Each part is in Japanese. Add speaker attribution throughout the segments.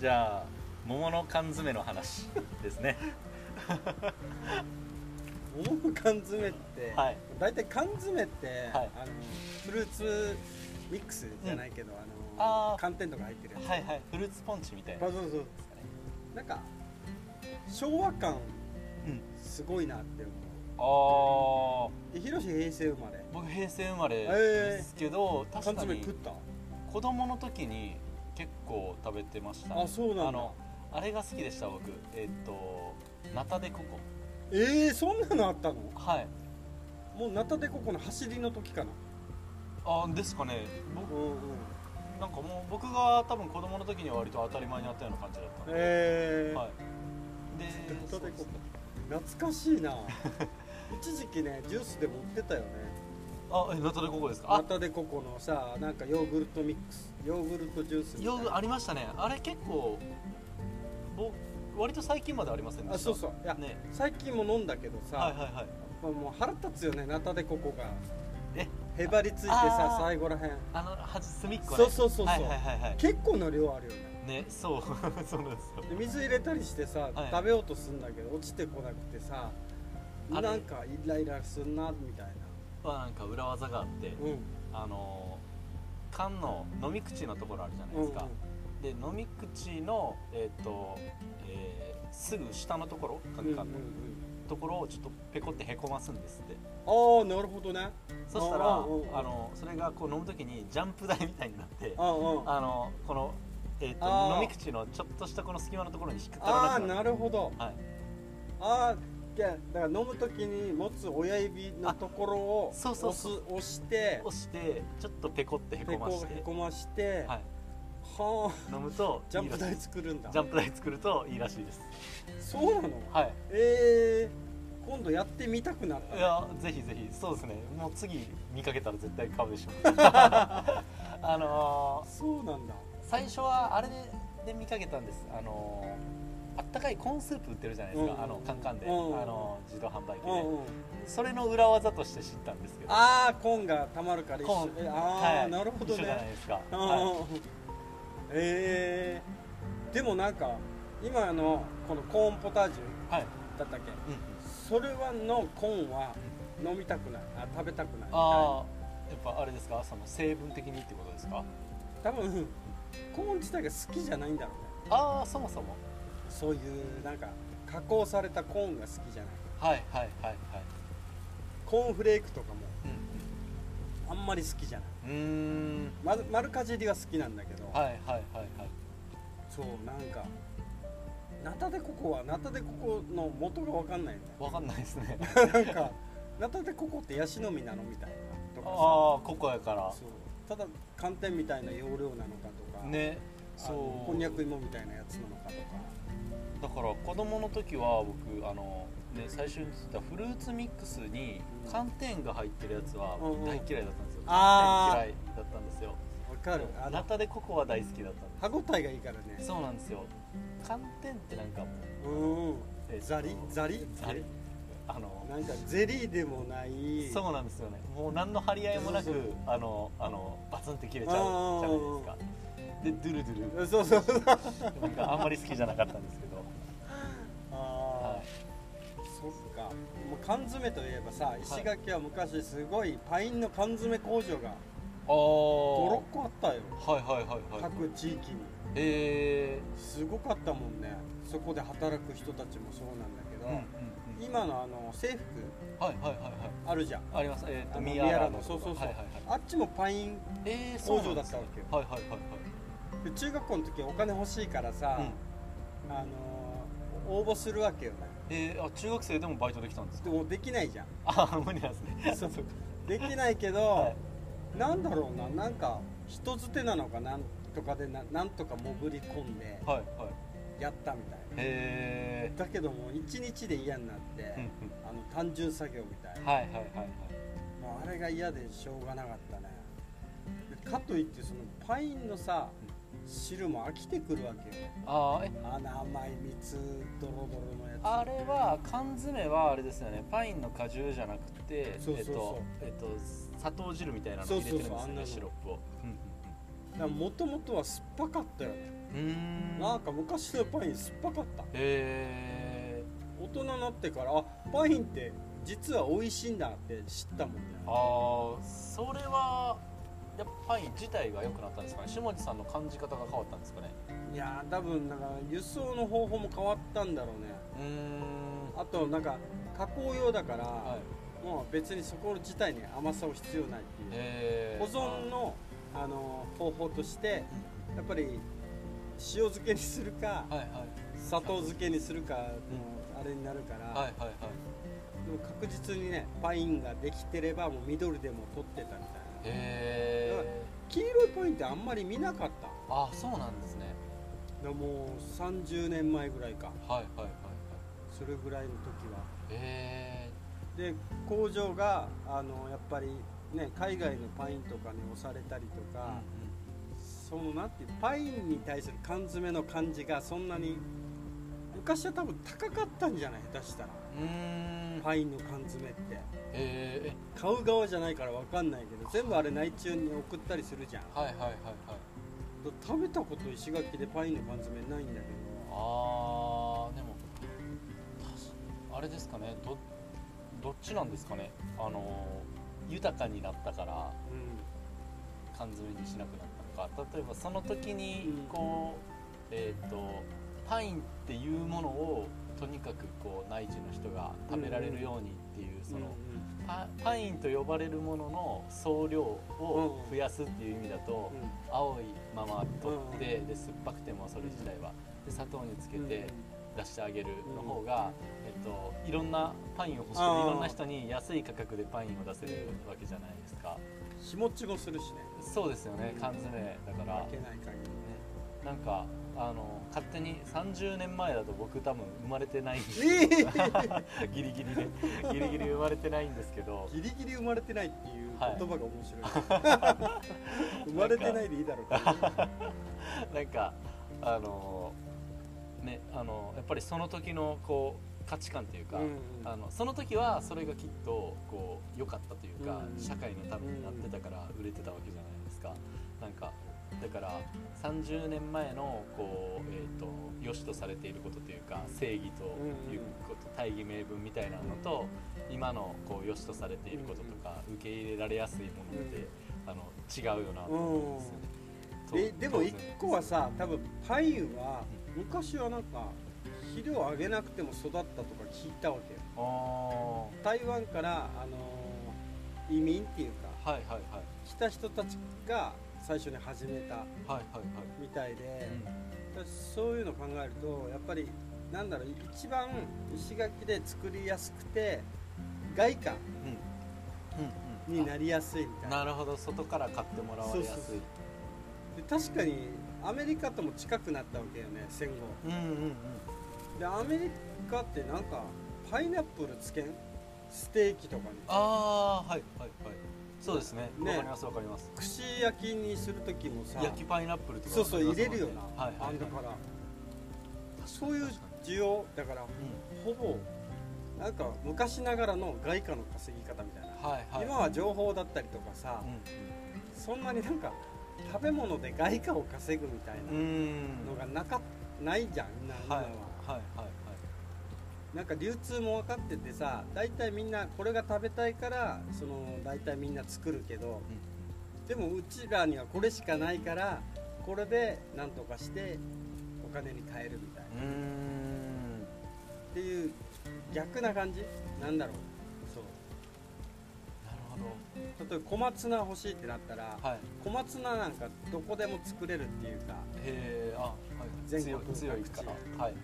Speaker 1: じゃあ桃の缶詰の話ですね
Speaker 2: 桃の缶詰って、
Speaker 1: はい
Speaker 2: 大体缶詰って、
Speaker 1: はい
Speaker 2: あのフルーツミックスじゃないけど、あの
Speaker 1: あー
Speaker 2: 寒天とか入ってるやつ、
Speaker 1: はいはいフルーツポンチみたいな
Speaker 2: あそうそうなんか昭和感すごいなって思
Speaker 1: あー
Speaker 2: うで広瀬平成生まれ
Speaker 1: 僕平成生まれ
Speaker 2: え
Speaker 1: ですけど、
Speaker 2: 缶
Speaker 1: 確か
Speaker 2: 詰
Speaker 1: に
Speaker 2: 食った
Speaker 1: 子供の時に結構食べてました、
Speaker 2: あそうなんだ
Speaker 1: あのあれが好きでした僕えっとナタデココ
Speaker 2: えー、そんなのあったの
Speaker 1: はい
Speaker 2: もうナタデココの走りの時かな
Speaker 1: あですかね僕
Speaker 2: うんうん
Speaker 1: なんかもう僕が多分子供の時には割と当たり前にあったような感じだったんで、
Speaker 2: えー
Speaker 1: はいで
Speaker 2: ナタデ
Speaker 1: そうです
Speaker 2: コ
Speaker 1: ね
Speaker 2: コ懐かしいな 一時期ねジュースでも売ってたよね
Speaker 1: あえナタデココですか
Speaker 2: ナ
Speaker 1: あ
Speaker 2: タデココのさなんかヨーグルトミックスヨーグルトジュースみたい
Speaker 1: よ
Speaker 2: な
Speaker 1: くありましたねあれ結構ぼ割と最近までありませんでした
Speaker 2: あそうそういや、
Speaker 1: ね
Speaker 2: 最近も飲んだけどさ、
Speaker 1: はいはいはい
Speaker 2: まあもう腹立つよねナタデココが
Speaker 1: え
Speaker 2: へばりついて
Speaker 1: あ
Speaker 2: さ
Speaker 1: ー
Speaker 2: 最後らへん
Speaker 1: あの端隅っこね
Speaker 2: そうそうそうそう
Speaker 1: はいはいはいは
Speaker 2: 結構な量あるよね
Speaker 1: いねそう そうなんですよ
Speaker 2: で水入れたりしてさ、
Speaker 1: はい
Speaker 2: 食べようとすんだけど落ちてこなくてさ
Speaker 1: あれ
Speaker 2: なんかイライラすんなみたいな
Speaker 1: はなんか裏技があって、
Speaker 2: うん
Speaker 1: あのー缶の飲み口のところあるじゃない
Speaker 2: うん
Speaker 1: で
Speaker 2: う
Speaker 1: す
Speaker 2: ん
Speaker 1: か、で飲み口のえっ、と、えーすぐ下のところ
Speaker 2: う
Speaker 1: 缶
Speaker 2: んうん
Speaker 1: のところをちょっとペコってへこますんですって
Speaker 2: うんああなるほどね
Speaker 1: そしたら
Speaker 2: あ
Speaker 1: あ
Speaker 2: うんうん
Speaker 1: のそれがこう飲む時にジャンプ台みたいになって
Speaker 2: あうんあ
Speaker 1: あのこの、えー、
Speaker 2: あ
Speaker 1: と
Speaker 2: ー
Speaker 1: 飲み口のちょっとしたこの隙間のところに引っかから
Speaker 2: あ
Speaker 1: なくな
Speaker 2: な
Speaker 1: る
Speaker 2: るほど
Speaker 1: はい
Speaker 2: ああいやだから飲む時に持つ親指のところを
Speaker 1: あそうそう
Speaker 2: 押す押して
Speaker 1: 押してちょっとペコってへ
Speaker 2: ペ
Speaker 1: こま
Speaker 2: コ
Speaker 1: して
Speaker 2: へこまして
Speaker 1: はい、
Speaker 2: はあ
Speaker 1: 飲むといい
Speaker 2: ジャンプ
Speaker 1: らし
Speaker 2: 台
Speaker 1: い
Speaker 2: 作るんだ
Speaker 1: ジャンプ台作るといいらしいです
Speaker 2: そうなの
Speaker 1: はい
Speaker 2: えー、今度やってみたくなっ
Speaker 1: い
Speaker 2: た
Speaker 1: やぜひぜひそうですねもう次見かけたら絶対買うでしょう あの
Speaker 2: そうなん
Speaker 1: ー
Speaker 2: だ
Speaker 1: 最初はあれで見かけたんですあのーあったかいコーンスープ売ってるじゃないですか、
Speaker 2: うん
Speaker 1: あのカンカンで、
Speaker 2: うんうんうん
Speaker 1: あのー自動販売機
Speaker 2: う
Speaker 1: で、
Speaker 2: んうん
Speaker 1: それの裏技として知ったんですけど
Speaker 2: ああコーンがたまるから一
Speaker 1: コ
Speaker 2: 緒
Speaker 1: ーン
Speaker 2: えああ、
Speaker 1: はい
Speaker 2: なるほど
Speaker 1: 一緒じゃない
Speaker 2: ね
Speaker 1: ですか、
Speaker 2: うんうん
Speaker 1: はい
Speaker 2: えー、でもなんか今のこのコーンポタージュ
Speaker 1: はい
Speaker 2: だったっけ
Speaker 1: うんうん
Speaker 2: それはのコーンは飲みたくないあ食べたくないみたいな
Speaker 1: ああやっぱあれですかその成分的にってことですか
Speaker 2: 多分コーン自体が好きじゃないんだろうね
Speaker 1: ああそもそも
Speaker 2: そういうなんか加工されたコーンが好きじゃない
Speaker 1: はいはいはいはい
Speaker 2: コーンフレークとかも
Speaker 1: う
Speaker 2: あんまり好きじゃない
Speaker 1: んうんうーん
Speaker 2: ま、丸かじりは好きなんだけど、
Speaker 1: はいはいはいはい
Speaker 2: そうなんかナタデココはナタデココの元が分かんないんだ
Speaker 1: わかんないですね
Speaker 2: よなん かナタデココってヤシの実なのみたいなと
Speaker 1: ああ
Speaker 2: か
Speaker 1: ココやか
Speaker 2: さ
Speaker 1: ら
Speaker 2: そうただ寒天みたいな容量なのかとか、
Speaker 1: ね
Speaker 2: あの
Speaker 1: そう
Speaker 2: こんにゃく芋みたいなやつなのかとか
Speaker 1: だから子供の時は僕あの、ね、最初に言ってたフルーツミックスに
Speaker 2: うん
Speaker 1: 寒天が入ってるやつは
Speaker 2: うんうん
Speaker 1: 大嫌いだったんですよ、
Speaker 2: あ
Speaker 1: 大
Speaker 2: ー
Speaker 1: 嫌いだったんですよ
Speaker 2: 分かるあ
Speaker 1: ナ
Speaker 2: の
Speaker 1: タでココは大好きだったん
Speaker 2: 歯ごたえがいいからね
Speaker 1: ですそうなんですよ寒天ってなんかもう
Speaker 2: うん
Speaker 1: えっと
Speaker 2: ザリザリ
Speaker 1: ザリあの
Speaker 2: なんかゼリーでもない
Speaker 1: そうなんですよねもう何の張り合いもなく
Speaker 2: そうそう
Speaker 1: あのあのバツンって切れちゃ
Speaker 2: あ
Speaker 1: うじゃない
Speaker 2: ー
Speaker 1: ですかでドゥルドゥ
Speaker 2: そう そうそう
Speaker 1: ルなんかあんまり好きじゃなかったんですけ ど、
Speaker 2: ああ、
Speaker 1: は
Speaker 2: そっかもう缶詰といえばさ石垣は昔すごいパインの缶詰工場が
Speaker 1: い、お
Speaker 2: 56個あったよ
Speaker 1: はいはいはいはい
Speaker 2: 各地域に
Speaker 1: え
Speaker 2: すごかったもんねそこで働く人たちもそうなんだけ
Speaker 1: ー
Speaker 2: ど、
Speaker 1: うんうんうん
Speaker 2: 今のあの制服
Speaker 1: はいはいはいはい
Speaker 2: あるじゃん
Speaker 1: ありますえっ、
Speaker 2: あ
Speaker 1: と
Speaker 2: の
Speaker 1: ミアラの
Speaker 2: ミアラのそうそうそう
Speaker 1: はいはいはい
Speaker 2: あっちもパイン
Speaker 1: えー、
Speaker 2: 工
Speaker 1: そうなんで
Speaker 2: 場だっ
Speaker 1: す
Speaker 2: た
Speaker 1: ね
Speaker 2: わけよ
Speaker 1: はいはいはいはい
Speaker 2: で中学校の時お金欲しいからさ、
Speaker 1: うん
Speaker 2: あのー応募するわけよね
Speaker 1: えー、あ中学生でもバイトできたんですか
Speaker 2: でもできないじゃん
Speaker 1: ああ無理なんですね
Speaker 2: そう
Speaker 1: そうか
Speaker 2: できないけど、
Speaker 1: はい
Speaker 2: なんだろうななんか人づてなのかなんとかでななんとか潜り込ん で
Speaker 1: はいはい
Speaker 2: やったみたいな
Speaker 1: え
Speaker 2: だけども一日で嫌になって、
Speaker 1: ー、うんうん
Speaker 2: あの単純作業みたいな
Speaker 1: はいはいはいはい
Speaker 2: もうあれが嫌でしょうがなかったねでかといってそのパインのさ汁も飽きてくるわけよ
Speaker 1: あーえ
Speaker 2: あの甘い蜜ドロドロのやつ
Speaker 1: あれは缶詰はあれですよねパインの果汁じゃなくて
Speaker 2: そうそうそう
Speaker 1: えっと、えっと、砂糖汁みたいなのを入れてるんですよね
Speaker 2: そうそうそうあんなの
Speaker 1: シロップを、うんうんうん
Speaker 2: からもともとは酸っぱかったよね、
Speaker 1: うーん
Speaker 2: なんか昔のパイン酸っぱかった
Speaker 1: え
Speaker 2: 大人になってからあパインって実は美味しいんだって知ったもんね
Speaker 1: ー、ああそれはやっぱパイン自体が良くなったんですかね下地さんの感じ方が変わったんですかね
Speaker 2: いやー多分なんか輸送の方法も変わったんだろうね
Speaker 1: うーん
Speaker 2: あとなんか加工用だから、
Speaker 1: はい
Speaker 2: もう別にそこ自体に甘さを必要ないっていう、
Speaker 1: え
Speaker 2: 保
Speaker 1: ー、
Speaker 2: 存のあの方法としてやっぱり塩漬けにするか
Speaker 1: はいはい
Speaker 2: 砂糖漬けにするかのあれになるから、
Speaker 1: はいはいはい
Speaker 2: でも確実にねパインができてればもう緑でも取ってたみたいな
Speaker 1: え
Speaker 2: 黄色いパインってあんまり見なかっただ
Speaker 1: ー、あ
Speaker 2: か
Speaker 1: そうなんですね
Speaker 2: らもう30年前ぐらいか
Speaker 1: はいはいはいはい
Speaker 2: それぐらいの時は
Speaker 1: え
Speaker 2: で工場があのやっぱりね海外のパインとかに押されたりと
Speaker 1: ー、
Speaker 2: か、そのなんていうパインに対する缶詰の感じがそんなに昔は多分高かったんじゃない下手したら
Speaker 1: うんうんうーん
Speaker 2: パインの缶詰って
Speaker 1: えー、え
Speaker 2: 買う側じゃないから分かんないけど全部あれ内中に送ったりするじゃん
Speaker 1: はいはいはいはい
Speaker 2: 食べたこと石垣でパインの缶詰ないんだけ
Speaker 1: あーでも確かあれですかねどどっちなんですかねあのー豊かになったから
Speaker 2: ど、う
Speaker 1: 缶詰にしなくなったのか例えばその時に
Speaker 2: うん
Speaker 1: こう、えっ、とパインっていうものをとにかくこう内需の人が食べられるようにっていう、
Speaker 2: ん、
Speaker 1: その
Speaker 2: う
Speaker 1: パパインと呼ばれるものの総量を増やすっていう意味だと、
Speaker 2: んうんうん
Speaker 1: 青いまま取って、で酸っぱくてもそれ自体は、で砂糖につけて出してあげるの方が、えっと、いろんなパインを欲しくてい
Speaker 2: あー
Speaker 1: ろんな人に安い価格でパインを出せるわけじゃないですか
Speaker 2: うん日持ちもするしね
Speaker 1: そうですよね
Speaker 2: うん
Speaker 1: 缶詰だから、
Speaker 2: 負けない限り
Speaker 1: なんかあの勝手に30年前だと僕多分生まれてないんで
Speaker 2: ええ
Speaker 1: ギリギリねギリギリ生まれてないんですけ ど
Speaker 2: ギリギリ生まれてないっていう言葉が面白い、生ま
Speaker 1: ま
Speaker 2: れ
Speaker 1: れ
Speaker 2: て
Speaker 1: て
Speaker 2: な
Speaker 1: ない
Speaker 2: でいいだろうか
Speaker 1: なんかあのねあのやっぱりその時のこう価値観というか、あのその時はそれがきっとこう良かったというか、
Speaker 2: うん
Speaker 1: 社会のためになってたから売れてたわけじゃないですかなんかだから30年前のこう、えー、と良しとされていることというか正義ということ、大義名分みたいなのと今のこう良しとされていることとか、受け入れられやすいものって、あの違うよなと思うんですよね。
Speaker 2: で
Speaker 1: と
Speaker 2: でも
Speaker 1: 当然
Speaker 2: 一個はさ多分パインは昔はなんか肥料あげなくても育ったとか聞いたわけよ
Speaker 1: あーは
Speaker 2: 台湾から、あのー移民っていうか
Speaker 1: いはいはい
Speaker 2: 来た人たちが最初に始めた
Speaker 1: はいはい
Speaker 2: みたいで
Speaker 1: はい、
Speaker 2: だからそういうの考えるとやっぱりなんだろう一番石垣で作りやすくて外貨
Speaker 1: うんうんうん
Speaker 2: になりやすいみたいな
Speaker 1: なるほど外から買ってもらわれやすい
Speaker 2: そうで確かにアメリカとも近くなったわけよね戦後
Speaker 1: うんうんうん
Speaker 2: でアメリカってなんかパイナップルつけんステーキとかに
Speaker 1: ああはいはいはいそうですねわ、
Speaker 2: ね
Speaker 1: かりますわかります
Speaker 2: 串焼きにする時もさ
Speaker 1: 焼きパイナップルとか
Speaker 2: そうそう
Speaker 1: わ
Speaker 2: 入
Speaker 1: かります
Speaker 2: れるよ
Speaker 1: もんね
Speaker 2: な、
Speaker 1: はいはい、はい、
Speaker 2: あんだからそういう
Speaker 1: 確か
Speaker 2: 需要だからほぼなんか昔ながらの外貨の稼ぎ方みたいな、
Speaker 1: うんはいはい
Speaker 2: 今は情報だったりとかさ、そんなになんか食べ物で外貨を稼ぐみたい
Speaker 1: うんう
Speaker 2: なんのがなかっないじゃんみんな今
Speaker 1: はい
Speaker 2: は
Speaker 1: はいはいはい
Speaker 2: なんか流通も分かっててさ大体みんなこれが食べたいからその大体みんな作るけど、でもうちらにはこれしかないからこれでなんとかしてお金に換えるみたいな
Speaker 1: うーん
Speaker 2: っていう逆な感じなんだろうそう
Speaker 1: なるほ
Speaker 2: 例えば小松菜欲しいってなったら
Speaker 1: どはい
Speaker 2: 小松菜なんかどこでも作れるっていうか
Speaker 1: えー、あ、はい、
Speaker 2: 全
Speaker 1: 強い
Speaker 2: 国
Speaker 1: 強い
Speaker 2: 各地
Speaker 1: からはい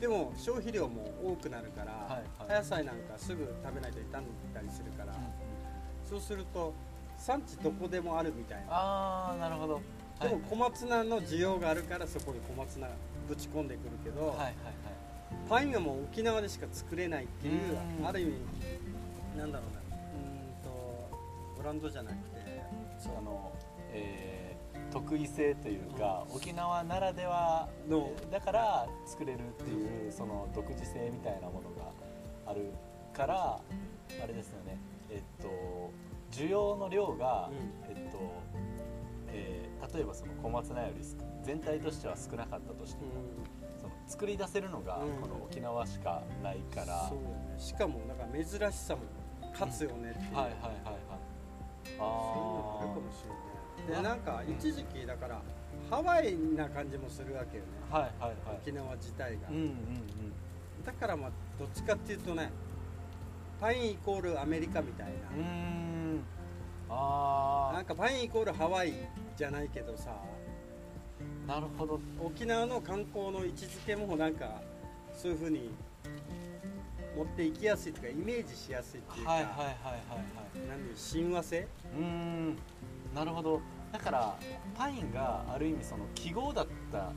Speaker 2: でも消費量も多くなるから、
Speaker 1: はい
Speaker 2: 葉
Speaker 1: はい
Speaker 2: 野菜なんかすぐ食べないと傷んだりするか
Speaker 1: うん
Speaker 2: ら、そうすると産地どこでもあるみたいな
Speaker 1: ああなるほど
Speaker 2: でも
Speaker 1: はい
Speaker 2: 小松菜の需要があるからそこに小松菜ぶち込んでくるけど、
Speaker 1: はいはい
Speaker 2: パインはもう沖縄でしか作れないっていう
Speaker 1: うん
Speaker 2: ある意味なんだろうなうーんとブランドじゃなくて
Speaker 1: はいあのえー、特異性というか、沖縄ならでは
Speaker 2: の
Speaker 1: だから作れるっていうその独自性みたいなものがあるからあれですよねえっと需要の量が、
Speaker 2: うん
Speaker 1: えっとえー例えばその小松菜より全体としては少なかったとしても、その作り出せるのが
Speaker 2: うん
Speaker 1: この沖縄しかないから、
Speaker 2: そうねしかもなんか珍しさも勝つよねっていう、
Speaker 1: はいはいはいはいあ
Speaker 2: そういうのもあるかもしれな
Speaker 1: あ
Speaker 2: い
Speaker 1: ー
Speaker 2: でなんか一時期だからハワイな感じもするわけよね
Speaker 1: あはいはいはい
Speaker 2: 沖縄自体が、
Speaker 1: うんうんうん
Speaker 2: だからまあどっちかっていうとねパインイコールアメリカみたいな、
Speaker 1: うーん
Speaker 2: な
Speaker 1: あ
Speaker 2: んかパインイコールハワイじゃないけどさ
Speaker 1: あなるほど
Speaker 2: 沖縄の観光の位置づけもなんかそういうふうに持っていきやすいとかイメージしやすいっていうか、
Speaker 1: はいはいはいはいはい
Speaker 2: 何親和性
Speaker 1: うーんなるほどだからパインがある意味その記号だった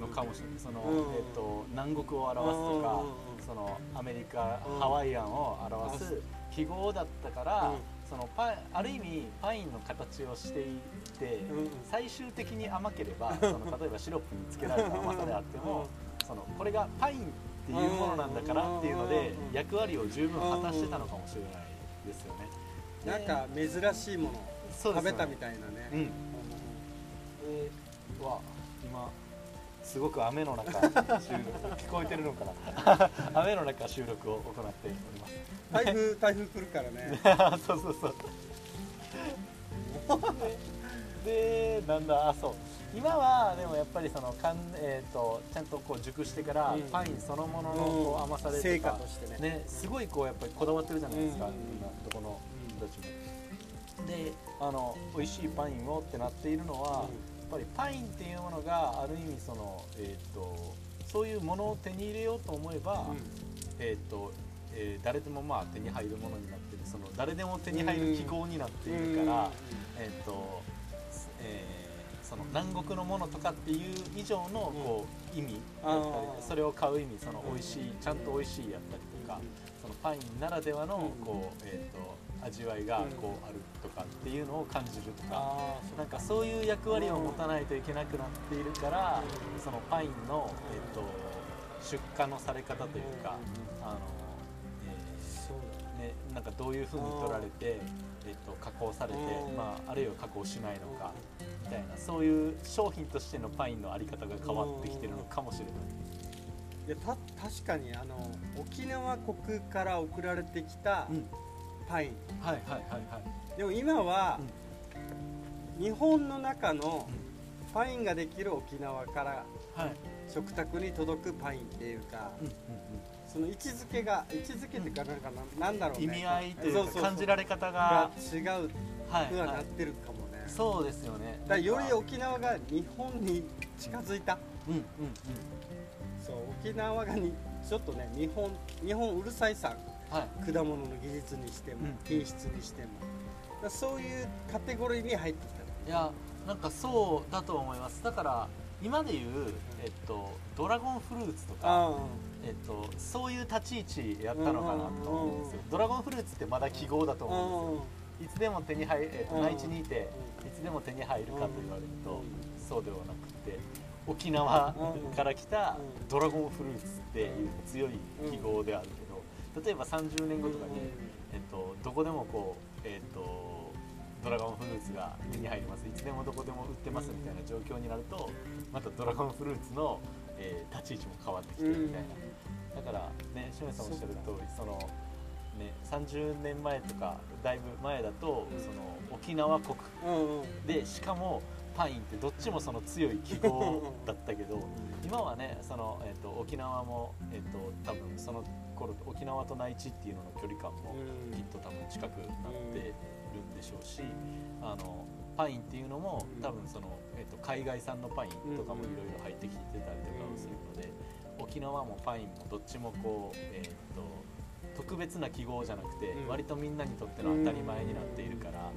Speaker 1: のかもしれないその、
Speaker 2: うん
Speaker 1: えっと、南国を表すとか
Speaker 2: うんうんうん
Speaker 1: そのアメリカ、
Speaker 2: うん
Speaker 1: ハワイアンを表す記号だったから、
Speaker 2: うん
Speaker 1: そのパイある意味パインの形をしていて、
Speaker 2: うんうん
Speaker 1: 最終的に甘ければその例えばシロップにつけられた甘さであっても、そのこれがパインっていうものなんだからっていうので、
Speaker 2: うん
Speaker 1: 役割を十分果たしてたのかもしれないですよね。
Speaker 2: うんなんか珍しいもの
Speaker 1: そうで
Speaker 2: 食
Speaker 1: す
Speaker 2: べ
Speaker 1: よね
Speaker 2: たみたいなね
Speaker 1: うんえー、わ今すごく雨の中収 録聞こえてるのかな雨の中収録を行ってお
Speaker 2: 台風台風来るからね
Speaker 1: ります そうそうそうででなんだあそう今はでもやっぱりそのかん、えー、とちゃんとこう熟してから、
Speaker 2: うん
Speaker 1: パインそのもののこう
Speaker 2: うん
Speaker 1: 甘さで
Speaker 2: 成
Speaker 1: と
Speaker 2: 果
Speaker 1: か
Speaker 2: と、してね
Speaker 1: ね、すごいこうやっぱりこだわってるじゃないですか、
Speaker 2: うん
Speaker 1: みんなどこの人たちも。であの美味しいパインをってなっているのは、やっぱりパインっていうものがある意味その、えー、とそういうものを手に入れようと思えば、えーとえー誰でもまあ手に入るものになってるその誰でも手に入る記号になっているから、えーとすえーその南国のものとかっていう以上のこう、意味だったり
Speaker 2: あー
Speaker 1: それを買う意味その
Speaker 2: うん
Speaker 1: 美味しいちゃんと美味しいやったりとか、そのパインならではのこう、えー、と味わいがこうあるとかっていうのを感じるとか。
Speaker 2: あ
Speaker 1: なんかそういう役割を持たないといけなくなっているから、そのパインの、えっと出荷のされ方というか、あの、
Speaker 2: そうだ
Speaker 1: えーね、なんかどういうふうに取られて、えっと加工されて、
Speaker 2: うん
Speaker 1: まあ、あるいは加工しないのかみたいなそういう商品としてのパインのあり方が変わってきてるのかもしれない。
Speaker 2: でた確かにあの沖縄国から送られてきた
Speaker 1: うん
Speaker 2: パイン、
Speaker 1: はいはいはい
Speaker 2: でも今は、日本の中のパインができる沖縄から
Speaker 1: はいはい、
Speaker 2: 食卓に届くパインっていうか、
Speaker 1: うんうん
Speaker 2: その位置づけが位置づけっていうかなんかななんだろ
Speaker 1: う
Speaker 2: う
Speaker 1: ん、
Speaker 2: ね
Speaker 1: 意味合いというか感じら
Speaker 2: れ
Speaker 1: れ方
Speaker 2: が
Speaker 1: が、
Speaker 2: 違う
Speaker 1: はい
Speaker 2: ふうに
Speaker 1: は
Speaker 2: ないっ、てるかもね、
Speaker 1: そうですよね。
Speaker 2: だからより沖縄が日本に近づいた、
Speaker 1: うんうんうん
Speaker 2: そう沖縄がにちょっとね日本日本うるさいさ
Speaker 1: はい
Speaker 2: 果物の技術にしても、
Speaker 1: うん
Speaker 2: 品質にしてもだからそういうカテゴリーに入ってきたね
Speaker 1: いやなんかそうだと思いますだから今で言う、えっと、ドラゴンフルーツとか、
Speaker 2: あ
Speaker 1: えっと、そういう立ち位置やったのかなと思うんですよ、ドラゴンフルーツってまだ記号だと
Speaker 2: あ
Speaker 1: 思うんですよいつでも手に入る、えっと
Speaker 2: うん
Speaker 1: 内地にいていつでも手に入るかと言われるとそうではなくて沖縄
Speaker 2: うん
Speaker 1: から来た
Speaker 2: うん
Speaker 1: ドラゴンフルーツっていう強い記号であるけど例えば30年後とかに、えっと、どこでもこう、えっと、ドラゴンフルーツが手に入りますいつでもどこでも売ってますみたいな状況になるとまたドラゴンフルーツの、えー立ち位置も変わってきて
Speaker 2: うん
Speaker 1: みたいな、だからねしめさんおっしゃる通りその、ね、30年前とかだいぶ前だと、
Speaker 2: うん
Speaker 1: その沖縄国
Speaker 2: うんうんうん
Speaker 1: でしかもパインってどっちもその強い記号だったけ ど今はねその、えっと沖縄も、えっと多分その頃沖縄と内地っていうのの距離感も、きっと多分近くなってるんでしょうし、あのパインっていうのも
Speaker 2: うん
Speaker 1: 多分その、えっと海外産のパインとかもいろいろ入ってきてたりとかをするので、沖縄もパインもどっちもこう、えっと特別な記号じゃなくて、
Speaker 2: うん
Speaker 1: 割とみんなにとっての当たり前になっているから、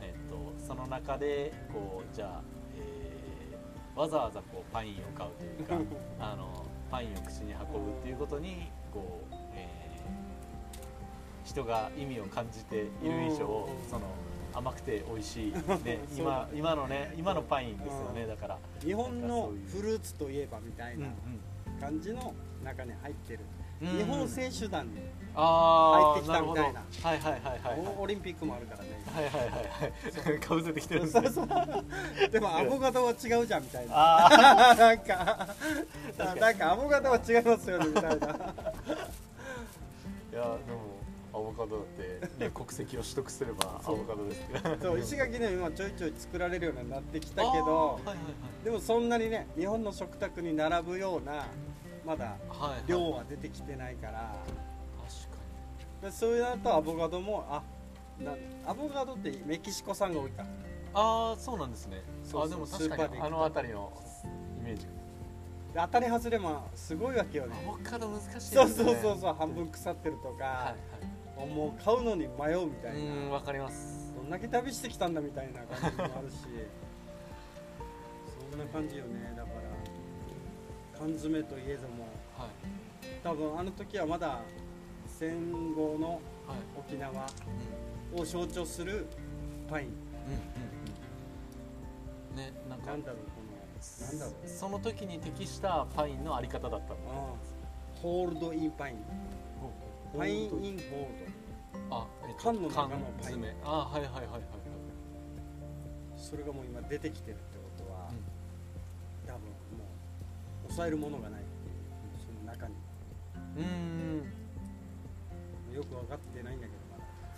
Speaker 1: えっとその中でこうじゃあ、えーわざわざこうパインを買うという か。あのパインを口に運ぶっていうことにこう、えー人が意味を感じている以上、
Speaker 2: うん、
Speaker 1: その甘くて美味しい、ね
Speaker 2: そうだ
Speaker 1: 今今のね今のパインですよね、
Speaker 2: うん
Speaker 1: だから、
Speaker 2: 日本のフルーツといえばみたいな感じの中に入ってる、
Speaker 1: ううん
Speaker 2: 日本選手団に
Speaker 1: あ
Speaker 2: 入って
Speaker 1: ー
Speaker 2: きたみたいな
Speaker 1: るほどはいはいはいはいはい
Speaker 2: オリンピックもあるからね
Speaker 1: はいはいはいはいかぶせてきてるんです
Speaker 2: そう
Speaker 1: ね
Speaker 2: そう でもアボカドは違うじゃんみたいな
Speaker 1: ああ
Speaker 2: なん
Speaker 1: 確
Speaker 2: か
Speaker 1: かに
Speaker 2: なんかアボカドは違いますよねみたいな
Speaker 1: やで
Speaker 2: い
Speaker 1: もアボカドだって、ね、国籍を取得すればアボカドですけど
Speaker 2: そう石垣でも今ちょいちょい作られるようになってきた
Speaker 1: あ
Speaker 2: け
Speaker 1: ー
Speaker 2: ど
Speaker 1: はいはい
Speaker 2: でもそんなにね日本の食卓に並ぶようなまだ
Speaker 1: はいはいはい
Speaker 2: 量は出てきてないから
Speaker 1: 確かに
Speaker 2: でそうなるとアボカドもあなアボカドってメキシコ産が多いから
Speaker 1: ああそうなんですね
Speaker 2: そ
Speaker 1: あ
Speaker 2: うそう
Speaker 1: でも
Speaker 2: スーパ
Speaker 1: 確
Speaker 2: ー
Speaker 1: かに
Speaker 2: で行くと
Speaker 1: あの辺りのイメージ
Speaker 2: で当たり外れもすごいわけよ
Speaker 1: ア
Speaker 2: ね
Speaker 1: ボカド難しいですね
Speaker 2: そうそうそうそう半分腐ってると
Speaker 1: は
Speaker 2: か
Speaker 1: い、
Speaker 2: もう買うのに迷うみた
Speaker 1: はいいう
Speaker 2: な
Speaker 1: ーんわかります
Speaker 2: どんだけ旅してきたんだみたいな感じもあるしそんな感じよねだから缶詰といえども
Speaker 1: はい
Speaker 2: 多分あの時はまだ戦後の
Speaker 1: はい
Speaker 2: 沖縄
Speaker 1: うん
Speaker 2: を象徴するパイン
Speaker 1: うんうんねなんか
Speaker 2: なんだろうこのなんだろう
Speaker 1: その時に適したパインのあり方だったの
Speaker 2: ああホールドインパインパインインホール
Speaker 1: あ、えっと、
Speaker 2: 缶の中のパイ
Speaker 1: 缶
Speaker 2: ン
Speaker 1: 詰あはいはいはいはいはい
Speaker 2: ドそれがもう今出てきてるってことは、
Speaker 1: うん
Speaker 2: 多分もう抑えるものがないっていうその中に
Speaker 1: うーん
Speaker 2: よく分かってないんだけ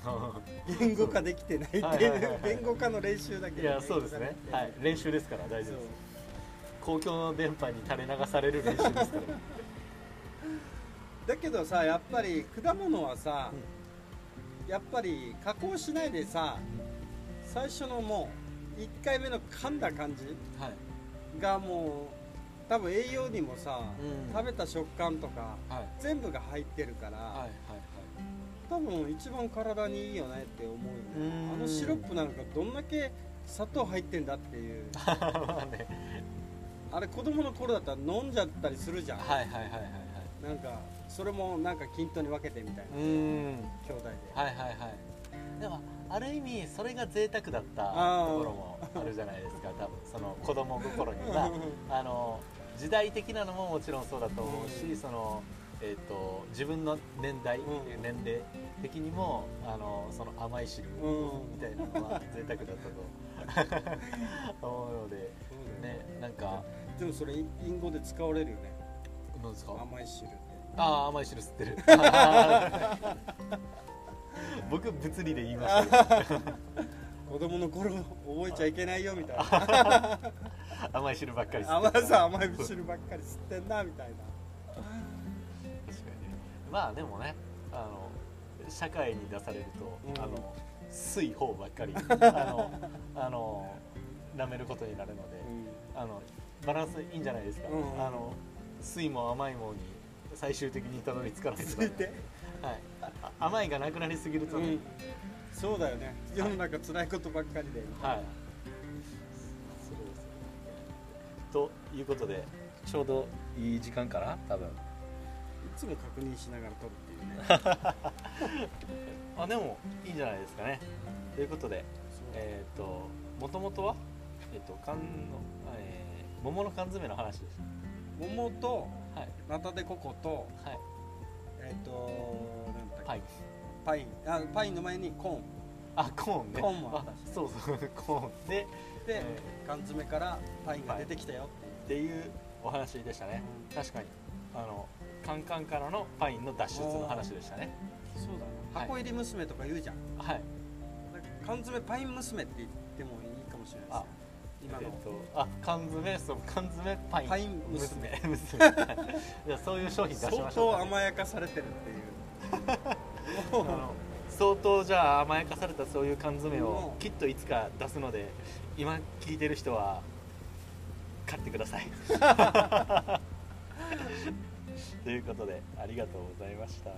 Speaker 2: どまだ言語化できてないっていう、
Speaker 1: はいはいはいはい
Speaker 2: 言語化の練習だけ
Speaker 1: い
Speaker 2: ど
Speaker 1: やそうですねはい練習ですから大
Speaker 2: そ
Speaker 1: 丈夫で
Speaker 2: う
Speaker 1: す公共の電波に垂れ流される練習 ですから
Speaker 2: だけどさやっぱり果物はさ、
Speaker 1: うん
Speaker 2: やっぱり加工しないでさ最初のもう1回目の噛んだ感じ
Speaker 1: はい
Speaker 2: がもう多分栄養にもさ、
Speaker 1: うん
Speaker 2: 食べた食感とか
Speaker 1: はい
Speaker 2: 全部が入ってるから、
Speaker 1: はいはい
Speaker 2: 多分一番体にいいよねって思うよね
Speaker 1: うん
Speaker 2: あのシロップなんかどんだけ砂糖入ってんだっていう
Speaker 1: はいまあね
Speaker 2: あれ子供の頃だったら飲んじゃったりするじゃん、
Speaker 1: はいはいはいはいはい
Speaker 2: なんかそれもなんか均等に分けてみたいうな、
Speaker 1: ーん
Speaker 2: 兄弟で、
Speaker 1: はいはいはいでもある意味それが贅沢だったと
Speaker 2: あー
Speaker 1: ころもあるじゃないですか多分その子供心にはあの時代的なのももちろんそうだと思うし、
Speaker 2: うん
Speaker 1: そのえー、と自分の年代、
Speaker 2: うん
Speaker 1: 年齢的にもあのその甘い汁
Speaker 2: うん
Speaker 1: みたいなのは贅沢だったと 思うので
Speaker 2: そうだよね
Speaker 1: ねなんか
Speaker 2: でもそれ隠語で使われるよね
Speaker 1: 何ですか
Speaker 2: 甘い汁って
Speaker 1: ああ甘い汁吸ってるあー 僕物理で言いま したけ
Speaker 2: 子供の頃覚えちゃいけないよみたいな
Speaker 1: ど甘い汁ばっかり吸っ
Speaker 2: 甘
Speaker 1: てる
Speaker 2: さ甘い汁ばっかり吸ってんなみたいな
Speaker 1: 確かにねまあでもねあの社会に出されると、
Speaker 2: うん
Speaker 1: あの水方ばっ かりあのあの舐めることになるので、あのバランスいいんじゃないですか、
Speaker 2: うん
Speaker 1: あの水も甘いもに最終的にたどり着かないとダ
Speaker 2: 続
Speaker 1: メ
Speaker 2: いて、
Speaker 1: はい、あ甘いがなくなりすぎるとね、
Speaker 2: そうだよね世の中辛いことばっかりで、
Speaker 1: はいそうですねということでちょうどいい時間かな多分
Speaker 2: い、つも確認しながら撮るっていうね
Speaker 1: あでもいいんじゃないですかねということで
Speaker 2: そう
Speaker 1: えっ、ー、と、もともとは、えっ、と、缶の、えー、桃の缶詰の話でし
Speaker 2: 桃と
Speaker 1: た。はい、
Speaker 2: ナタデココと
Speaker 1: はい、
Speaker 2: えっ、となんだっけ、
Speaker 1: パイン。
Speaker 2: パインあパインの前にコーン
Speaker 1: あ、コーンね。
Speaker 2: コーンもあ
Speaker 1: あ
Speaker 2: ったしね
Speaker 1: そうそう、 コーンで、
Speaker 2: で、
Speaker 1: え
Speaker 2: 缶詰からパインが出てきたよっていう
Speaker 1: ーっていうお話でしたね。確かに、あの、カンカンからのパインの脱出の話でしたね。
Speaker 2: そうだね
Speaker 1: はい
Speaker 2: 箱入り娘とか言うじゃん、
Speaker 1: はい、
Speaker 2: だから缶詰パイン娘って言ってもいいかもしれないですよ
Speaker 1: あ
Speaker 2: 今
Speaker 1: えっ、
Speaker 2: の、
Speaker 1: と、あ、缶詰、そう、缶詰、パイン。
Speaker 2: パイン娘
Speaker 1: 娘。娘。はいじゃあ、そういう商品出しましょうか。
Speaker 2: 相当甘やかされてる っていう
Speaker 1: あの相当じゃあ甘やかされたそういう缶詰をきっといつか出すので今聞いてる人は買ってくださ いということでありがとうございました